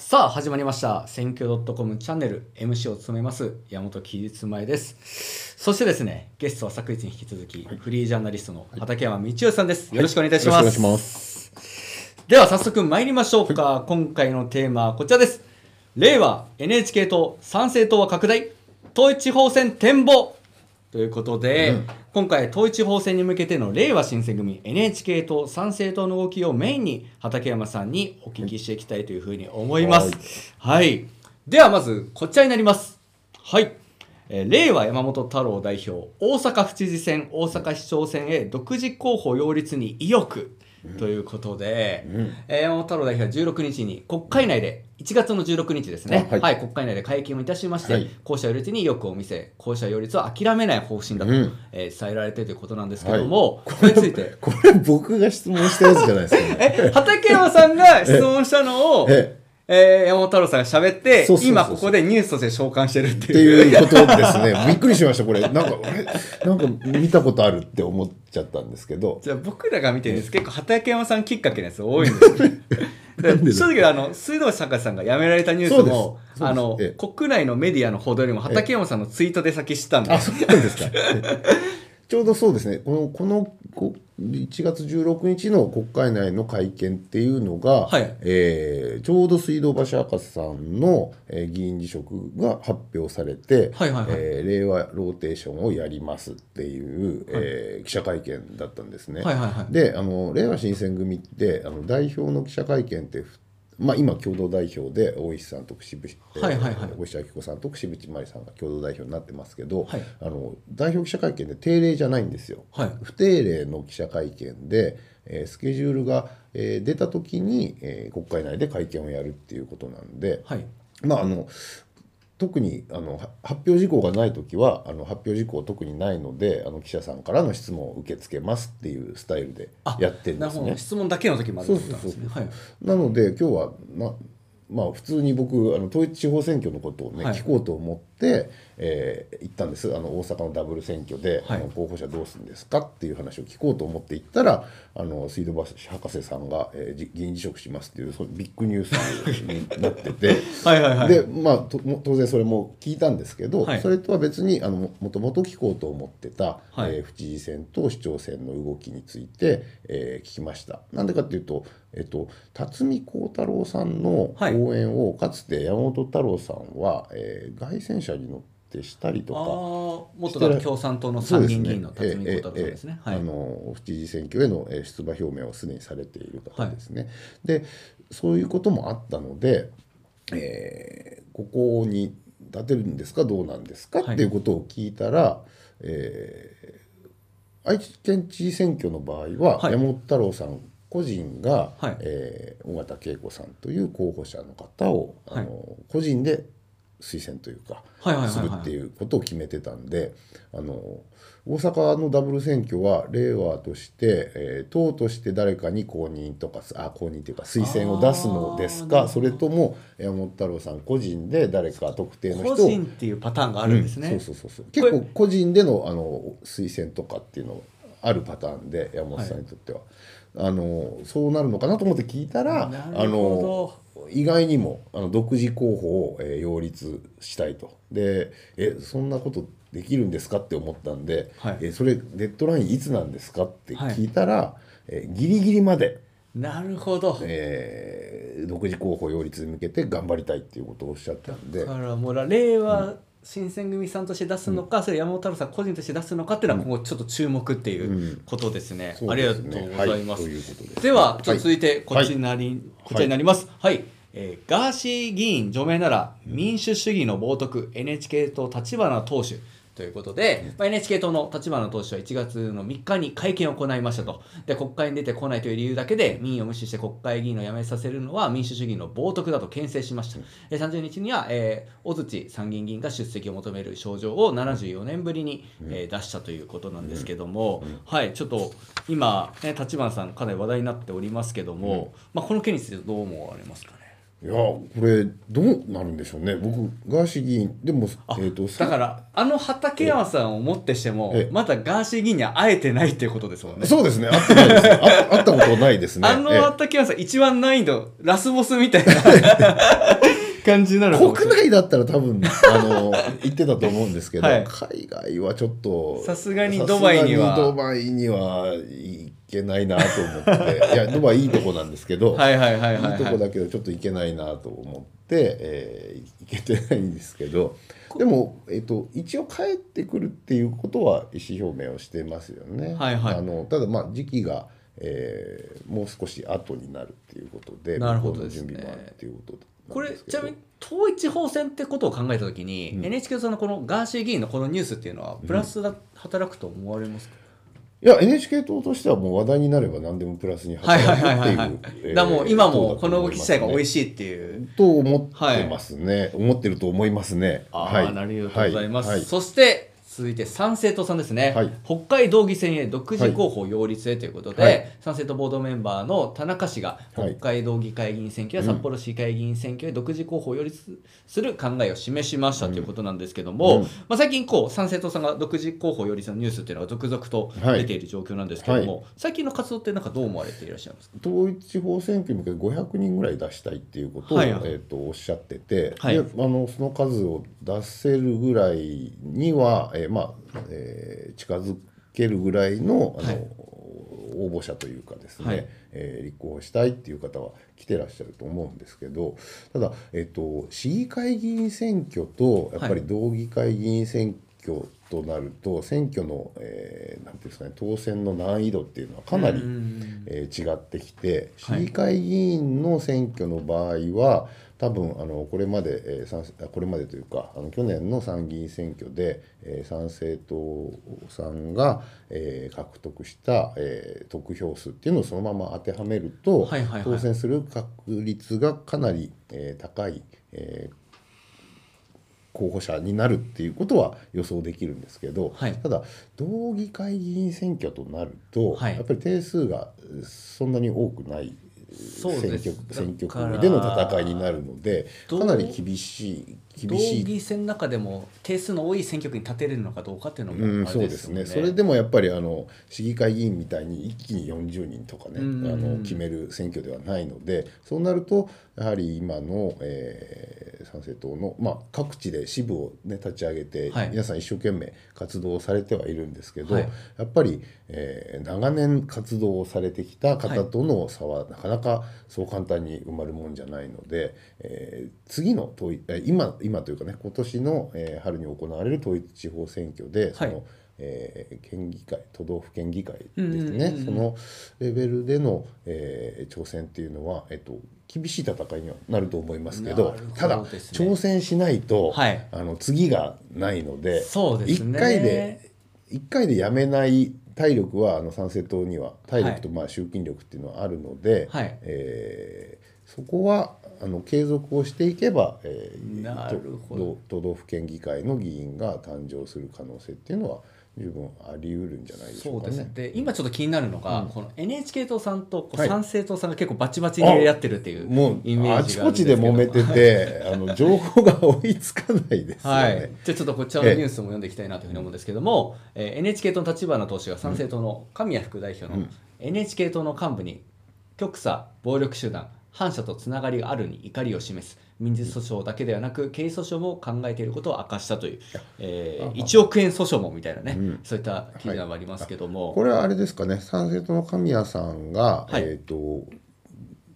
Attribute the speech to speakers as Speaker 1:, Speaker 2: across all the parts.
Speaker 1: さあ始まりました選挙 .com チャンネル MC を務めます山本喜一前ですそしてですねゲストは昨日に引き続き、フリージャーナリストの畠山道義さんです、よろしくお願いいたします,、
Speaker 2: よろしくお願いし
Speaker 1: では早速参りましょうか、今回のテーマはこちらです令和 NHK 党参政党は拡大統一地方選展望ということで、
Speaker 2: うん
Speaker 1: 今回統一地方選に向けてのれいわ新選組 NHK 党参政党の動きをメインに畠山さんにお聞きしていきたいというふうに思います。はい、ではまずこちらになります。はい。えー令和山本太郎代表大阪府知事選大阪市長選へ独自候補擁立に意欲ということで、
Speaker 2: うん
Speaker 1: えー山本太郎代表は16日に国会内で1月の16日ですね、
Speaker 2: あ
Speaker 1: は
Speaker 2: はいい
Speaker 1: 国会内で会見をいたしまして、
Speaker 2: はい
Speaker 1: 校舎擁立に意欲を見せ校舎擁立は諦めない方針だと、
Speaker 2: うん
Speaker 1: えー伝えられているということなんですけども、 これについて
Speaker 2: これ僕が質問したやつじゃないで すか、ね。
Speaker 1: え畠山さんが質問したのを、え
Speaker 2: え
Speaker 1: ー山本太郎さんが喋って
Speaker 2: そうそうそうそう
Speaker 1: 今ここでニュースとして召喚してるって
Speaker 2: って
Speaker 1: いう
Speaker 2: いうことですね。びっくりしました、これ。なんか、あれなんか見たことあるって思っちゃったんですけど。
Speaker 1: じゃあ僕らが見てるんです結構畠山さんきっかけのやつ多いんですよねで
Speaker 2: なんでだ
Speaker 1: 正直あの水道坂さんが辞められたニュース
Speaker 2: そ
Speaker 1: も
Speaker 2: うですそうです
Speaker 1: あの
Speaker 2: え
Speaker 1: 国内のメディアの報道よりも畠山さんのツイートで先知ったんで
Speaker 2: あ、そうなんですか。 ちょうどそうですね。この、この、こ1月16日の国会内の会見っていうのが、
Speaker 1: はい
Speaker 2: えーちょうど水道橋博士さんの、えー議員辞職が発表されて、
Speaker 1: はいはいはい
Speaker 2: えー令和ローテーションをやりますっていう、えー記者会見だったんですね。
Speaker 1: はいはいはい
Speaker 2: であの令和新選組ってあの代表の記者会見ってふ、まあ、今共同代表で大石さんと櫛渕、えー
Speaker 1: はいはいはい
Speaker 2: 大石明子さんと櫛渕真理さんが共同代表になってますけど、
Speaker 1: はい
Speaker 2: あの代表記者会見で定例じゃないんですよ。
Speaker 1: はい
Speaker 2: 不定例の記者会見で、えースケジュールが、えー出た時に、えー国会内で会見をやるっていうことなんで、
Speaker 1: はい
Speaker 2: まああの特にあのは発表事項がない時はあの発表事項特にないのであの記者さんからの質問を受け付けますっていうスタイルでやってるん
Speaker 1: なる
Speaker 2: です
Speaker 1: ほど
Speaker 2: ね。
Speaker 1: 質問だけの時もあるってことなんですね
Speaker 2: そう
Speaker 1: はい
Speaker 2: なので今日はなまあ普通に僕あの統一地方選挙のことをね、
Speaker 1: はい
Speaker 2: 聞こうと思って、えー行ったんですあの大阪のダブル選挙で、
Speaker 1: はい
Speaker 2: あの候補者どうするんですかっていう話を聞こうと思って行ったらあの水道橋博士さんが、えーじ議員辞職しますっていうそうビッグニュースになってて。
Speaker 1: はいはいはい
Speaker 2: でまあとも当然それも聞いたんですけど、
Speaker 1: はい
Speaker 2: それとは別にあのももともと聞こうと思ってた、
Speaker 1: はい
Speaker 2: えー府知事選と市長選の動きについて、えー聞きました。なんでかっていうと、えっと、辰巳幸太郎さんの
Speaker 1: はい
Speaker 2: 応援を、かつて山本太郎さんは、えー凱旋車に乗ってしたりと
Speaker 1: ああ
Speaker 2: か。
Speaker 1: 元だから共産党の
Speaker 2: そ
Speaker 1: 参
Speaker 2: うです
Speaker 1: 議院
Speaker 2: ね
Speaker 1: 議員の辰巳
Speaker 2: ええ
Speaker 1: 孝太郎さんですね
Speaker 2: ええ
Speaker 1: はい
Speaker 2: あの府知事選挙へのえー出馬表明をすでにされている方ですね。でそういうこともあったので、えーここに立てるんですかどうなんですか、
Speaker 1: はい
Speaker 2: っていうことを聞いたら、えー愛知県知事選挙の場合は、
Speaker 1: はい
Speaker 2: 山本太郎さん個人が、
Speaker 1: はい
Speaker 2: えー尾形恵子さんという候補者の方を、
Speaker 1: はい
Speaker 2: あの個人で推薦というか、
Speaker 1: はいはいはいはい
Speaker 2: するっていうことを決めてたんであの大阪のダブル選挙は令和として、えー党として誰かに公認とかあ公認というか推薦を出すのです
Speaker 1: あー
Speaker 2: かそれとも山本太郎さん個人で誰か特定の人
Speaker 1: 個
Speaker 2: を
Speaker 1: 人っていうパターンがあるんですね、
Speaker 2: うんそうそうそうそう結構個人でのあの推薦とかっていうのあるパターンで山本さんにとっては、あのそうなるのかなと思って聞いたら
Speaker 1: なる
Speaker 2: あ
Speaker 1: ほ
Speaker 2: の意外にもあの独自候補を、えー擁立したいとでえそんなことできるんですかって思ったんで、
Speaker 1: はい
Speaker 2: えそれデッドラインいつなんですかって聞いたら、えーギリギリまで。
Speaker 1: なるほど、
Speaker 2: えー独自候補擁立に向けて頑張りたいっていうことをおっしゃったんで
Speaker 1: だからもう令和新選組さんとして出すのか、それ山本太郎さん個人として出すのかっていうのは今後ちょっと注目っていうことですね、
Speaker 2: そう
Speaker 1: あり
Speaker 2: で
Speaker 1: が
Speaker 2: す
Speaker 1: とう
Speaker 2: ね
Speaker 1: ございます、
Speaker 2: はということです
Speaker 1: では、ちょっと続
Speaker 2: い
Speaker 1: いてこっちになり、こちらになります。はい、えーガーシー議員除名なら民主主義の冒涜 NHK 党立花党首ということで、まあ、NHK 党の立花党首は1月の3日に会見を行いましたとで国会に出てこないという理由だけで民意を無視して国会議員を辞めさせるのは民主主義の冒涜だと牽制しました、で30日には、えー小槌参議院議員が出席を求める招状を74年ぶりに、えー出したということなんですけども、はいちょっと今ね立花さんかなり話題になっておりますけども、まあ、この件についてどう思われますかね
Speaker 2: いやこれどうなるんでしょうね僕ガーシー議員でもえー、と
Speaker 1: だからあの畠山さんをもってしても
Speaker 2: ええ
Speaker 1: まだガーシー議員には会えてないっていうことですもんね
Speaker 2: そうですね会ってないですねあ会ったことないですね
Speaker 1: あの
Speaker 2: ええ
Speaker 1: 畠山さん一番難易度ラスボスみたいな 感じになるかもしれ
Speaker 2: 国
Speaker 1: ない
Speaker 2: 内だったら多分あの言ってたと思うんですけど、
Speaker 1: はい
Speaker 2: 海外はちょっと
Speaker 1: さすがにドバイには
Speaker 2: さすがにドバイには行けないなと思っていやドバイいいとこなんですけど、
Speaker 1: はいはいはい
Speaker 2: い
Speaker 1: はい
Speaker 2: と
Speaker 1: は
Speaker 2: こ
Speaker 1: い
Speaker 2: だけどちょっと行けないなと思って、えー行けてないんですけどでも、えっと一応帰ってくるっていうことは意思表明をしてますよね。
Speaker 1: はいはい
Speaker 2: あのただまあ時期がえーもう少し後になるっていうことで
Speaker 1: なるほど
Speaker 2: 向こうの
Speaker 1: ですね
Speaker 2: 準備もあるっていうこと
Speaker 1: こ
Speaker 2: なん
Speaker 1: れ
Speaker 2: ですけ
Speaker 1: ち
Speaker 2: ど
Speaker 1: なみに統一法選ってことを考えたときに、
Speaker 2: うん
Speaker 1: NHK さんのこのガーシー議員のこのニュースっていうのはプラスだ、働くと思われますか
Speaker 2: いや NHK 党としてはもう話題になれば何でもプラスに
Speaker 1: はい
Speaker 2: 働
Speaker 1: はい
Speaker 2: く
Speaker 1: は
Speaker 2: っ
Speaker 1: いは
Speaker 2: て
Speaker 1: いはい、
Speaker 2: いう。
Speaker 1: だからもう今もこの動き自
Speaker 2: 自
Speaker 1: 体が美味
Speaker 2: しい
Speaker 1: しいっていう
Speaker 2: と思ってますね、思ってると思いますね。
Speaker 1: ああ、
Speaker 2: はい
Speaker 1: なるほどございます、
Speaker 2: はいはい
Speaker 1: そして続いて参政党さんですね、
Speaker 2: はい
Speaker 1: 北海道議選へ独自候補擁立へということで、
Speaker 2: はい
Speaker 1: 参政党ボードメンバーの田中氏が
Speaker 2: は
Speaker 1: 北
Speaker 2: い
Speaker 1: 海道議会議員選挙や
Speaker 2: うん
Speaker 1: 札幌市議会議員選挙へ独自候補を擁立する考えを示しましたということなんですけども、
Speaker 2: うん
Speaker 1: まあ、最近こう参政党さんが独自候補擁立のニュースっていうのが続々と
Speaker 2: はい
Speaker 1: 出ている状況なんですけども、最近の活動ってなんかどう思われていらっしゃいますか
Speaker 2: 統一地方選挙に向けて500人ぐらい出したいっていうことを、
Speaker 1: はい
Speaker 2: えー、とおっしゃってて、
Speaker 1: はい
Speaker 2: であのその数を出せるぐらいには、えーまあえー近づけるぐらいのあの、
Speaker 1: はい
Speaker 2: 応募者というかですね、
Speaker 1: はい
Speaker 2: えー立候補したいっていう方は来てらっしゃると思うんですけどただ、えー、と市議会議員選挙とやっぱ
Speaker 1: は
Speaker 2: り道議会議員選挙となると、選挙の、えーなんていうんですかね当選の難易度っていうのはかなり、
Speaker 1: うん
Speaker 2: えー違ってきて市
Speaker 1: はい
Speaker 2: 議会議員の選挙の場合は、多分あのこれまで、えー参あこれまでというかあの去年の参議院選挙で、えー参政党さんが、えー獲得した、えー得票数っていうのをそのまま当てはめると、
Speaker 1: はいはいはい
Speaker 2: 当選する確率がかなり、えー高い、えー候補者になるっていうことは予想できるんですけど、
Speaker 1: はい
Speaker 2: ただ道議会議員選挙となると、
Speaker 1: はい
Speaker 2: やっぱり定数がえーそんなに多くない
Speaker 1: そう
Speaker 2: 選
Speaker 1: で
Speaker 2: 挙
Speaker 1: す
Speaker 2: 選
Speaker 1: だ
Speaker 2: 挙
Speaker 1: から
Speaker 2: 区での戦いになるので
Speaker 1: どう
Speaker 2: かなり厳しい
Speaker 1: 道
Speaker 2: 厳しい。
Speaker 1: 議選の中でも定数の多い選挙区に立てれるのかどうかっていうのも
Speaker 2: うん、
Speaker 1: あ
Speaker 2: そう
Speaker 1: れ
Speaker 2: で
Speaker 1: ですすもん
Speaker 2: ね
Speaker 1: ね。
Speaker 2: それでもやっぱりあの市議会議員みたいに一気に40人とかね、
Speaker 1: うんうんうん
Speaker 2: あの決める選挙ではないのでそうなるとやはり今の、えー参政党の、まあ、各地で支部を、ね、立ち上げて、
Speaker 1: はい
Speaker 2: 皆さん一生懸命活動をされてはいるんですけど、
Speaker 1: はい
Speaker 2: やっぱり、えー長年活動をされてき
Speaker 1: は
Speaker 2: た
Speaker 1: い
Speaker 2: 方との差はなかなかそう簡単に埋まるもんじゃないので、えー次の統一えー今今というかね今年の、えー春に行われる統一地方選挙でその、
Speaker 1: はい
Speaker 2: えー県議会都道府県議会です
Speaker 1: うんうん
Speaker 2: ね
Speaker 1: うんうん
Speaker 2: そのレベルでの、えー挑戦っていうのは、えっと厳しい戦いにはなると思いますけ
Speaker 1: な
Speaker 2: ど
Speaker 1: るほど
Speaker 2: ただ、
Speaker 1: ですね
Speaker 2: 挑戦しないと、
Speaker 1: はい
Speaker 2: あの次がないので
Speaker 1: そうですね
Speaker 2: 1回で一回でやめない体力はあの参政党には体力とまあ集金力っていうのはあるので、
Speaker 1: はい
Speaker 2: えーそこはあの継続をしていけば、えー
Speaker 1: なるほど
Speaker 2: 都都道府県議会の議員が誕生する可能性っていうのは十分あり得るんじゃないでし
Speaker 1: そ
Speaker 2: ょ
Speaker 1: う
Speaker 2: うか
Speaker 1: で
Speaker 2: ね。
Speaker 1: すねで今ちょっと気になるのが、この NHK 党さんとこう
Speaker 2: はい
Speaker 1: 参政党さんが結構バチバチにやってるっていう
Speaker 2: もう
Speaker 1: イメ
Speaker 2: あ
Speaker 1: ージ
Speaker 2: ち
Speaker 1: がある
Speaker 2: こ
Speaker 1: んです
Speaker 2: ち
Speaker 1: け
Speaker 2: で
Speaker 1: ど
Speaker 2: 揉めててあの情報が追いつかないですよね。
Speaker 1: はい、じゃあちょっとこちらのニュースも読んでいきたいなというふうに思うんですけども、えー NHK 党の立花党首が参政党の神谷副代表
Speaker 2: う
Speaker 1: の
Speaker 2: ん
Speaker 1: NHK 党の幹部に極左暴力集団反社とつながりがあるに怒りを示す民事訴訟だけではなく刑事訴訟も考えていることを明かしたという、えー、1億円訴訟もみたいなね、
Speaker 2: うん
Speaker 1: そういった記事がありますけども、
Speaker 2: これはあれですかね参政党の神谷さんが、
Speaker 1: はい
Speaker 2: えっ、と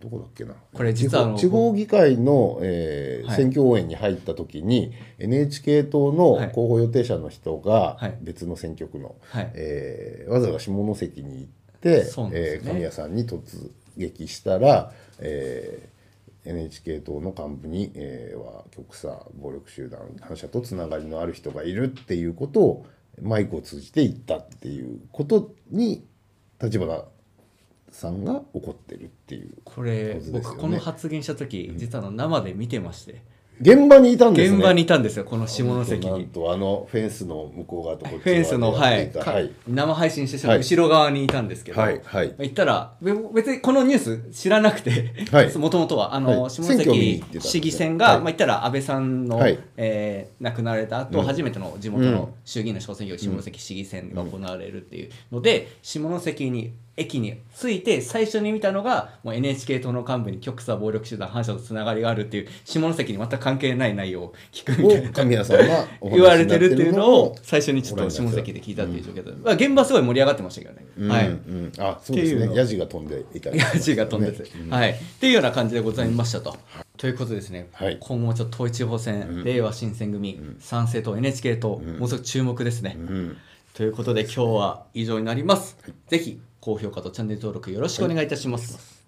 Speaker 2: どこだっけな
Speaker 1: これ実はあの
Speaker 2: 地方地方議会の、えー
Speaker 1: はい
Speaker 2: 選挙応援に入った時に、NHK 党の
Speaker 1: はい
Speaker 2: 候補予定者の人が
Speaker 1: はい
Speaker 2: 別の選挙区の、
Speaker 1: はい
Speaker 2: えーわざわざ下関に行って、
Speaker 1: そうなんで
Speaker 2: え
Speaker 1: す
Speaker 2: ー
Speaker 1: ね
Speaker 2: 神谷さんに突撃したら、えー NHK 党の幹部に、えーは極左暴力集団反社とつながりのある人がいるっていうことをマイクを通じて言ったっていうことに立花さんが怒ってるっていう。
Speaker 1: これ、
Speaker 2: 構図ですよね
Speaker 1: 僕この発言した時実はあの生で見てまして、
Speaker 2: 現場にいたんですね
Speaker 1: 現場にいたんですよ、この下関
Speaker 2: なん
Speaker 1: に。
Speaker 2: とあのフェンスの向こう側とこっち
Speaker 1: フェンスの、
Speaker 2: 側
Speaker 1: は
Speaker 2: でやっ
Speaker 1: い、
Speaker 2: てた
Speaker 1: か
Speaker 2: はい
Speaker 1: 生配信してた
Speaker 2: はい
Speaker 1: 後ろ側にいたんですけど、
Speaker 2: はいはい
Speaker 1: 行ったら、べ別にこのニュース知らなくて
Speaker 2: は、 い
Speaker 1: もともとは、あの、
Speaker 2: はい
Speaker 1: 下
Speaker 2: 選挙見に行
Speaker 1: 関
Speaker 2: ってたんですね
Speaker 1: 市議選が、
Speaker 2: はい
Speaker 1: まあ言ったら安倍さんの、
Speaker 2: はい
Speaker 1: えー亡くなられた後、
Speaker 2: うん
Speaker 1: 初めての地元の衆議院の小選挙区、
Speaker 2: うん
Speaker 1: 下関市議選が行われるっていうので、下関に、駅に着いて最初に見たのがもう NHK 党の幹部に極左暴力集団反社とつながりがあるっていう下関に全く関係ない内容を聞くみたいな
Speaker 2: を神谷さんがお話
Speaker 1: 言
Speaker 2: にな
Speaker 1: われてるっていうのを
Speaker 2: ってる
Speaker 1: 最初にちょっと下関で聞いたっていう状況で、まあ現場すごい盛り上がってましたけどね、
Speaker 2: うん
Speaker 1: は
Speaker 2: う
Speaker 1: い
Speaker 2: んあそう
Speaker 1: っ
Speaker 2: です
Speaker 1: ていう
Speaker 2: ね
Speaker 1: の
Speaker 2: ヤジが飛んでいたりし
Speaker 1: ヤ
Speaker 2: ましたね
Speaker 1: ジが飛んでて、はいっていうような感じでございましたと、ということでですね、
Speaker 2: はい
Speaker 1: 今後もちょっと統一地方選、
Speaker 2: ん
Speaker 1: 令和新選組、参政党 NHK 党、もうすぐ注目ですね、
Speaker 2: うん
Speaker 1: ということで今日は以上になります、ぜひ高評価とチャンネル登録よろしくお願いいたします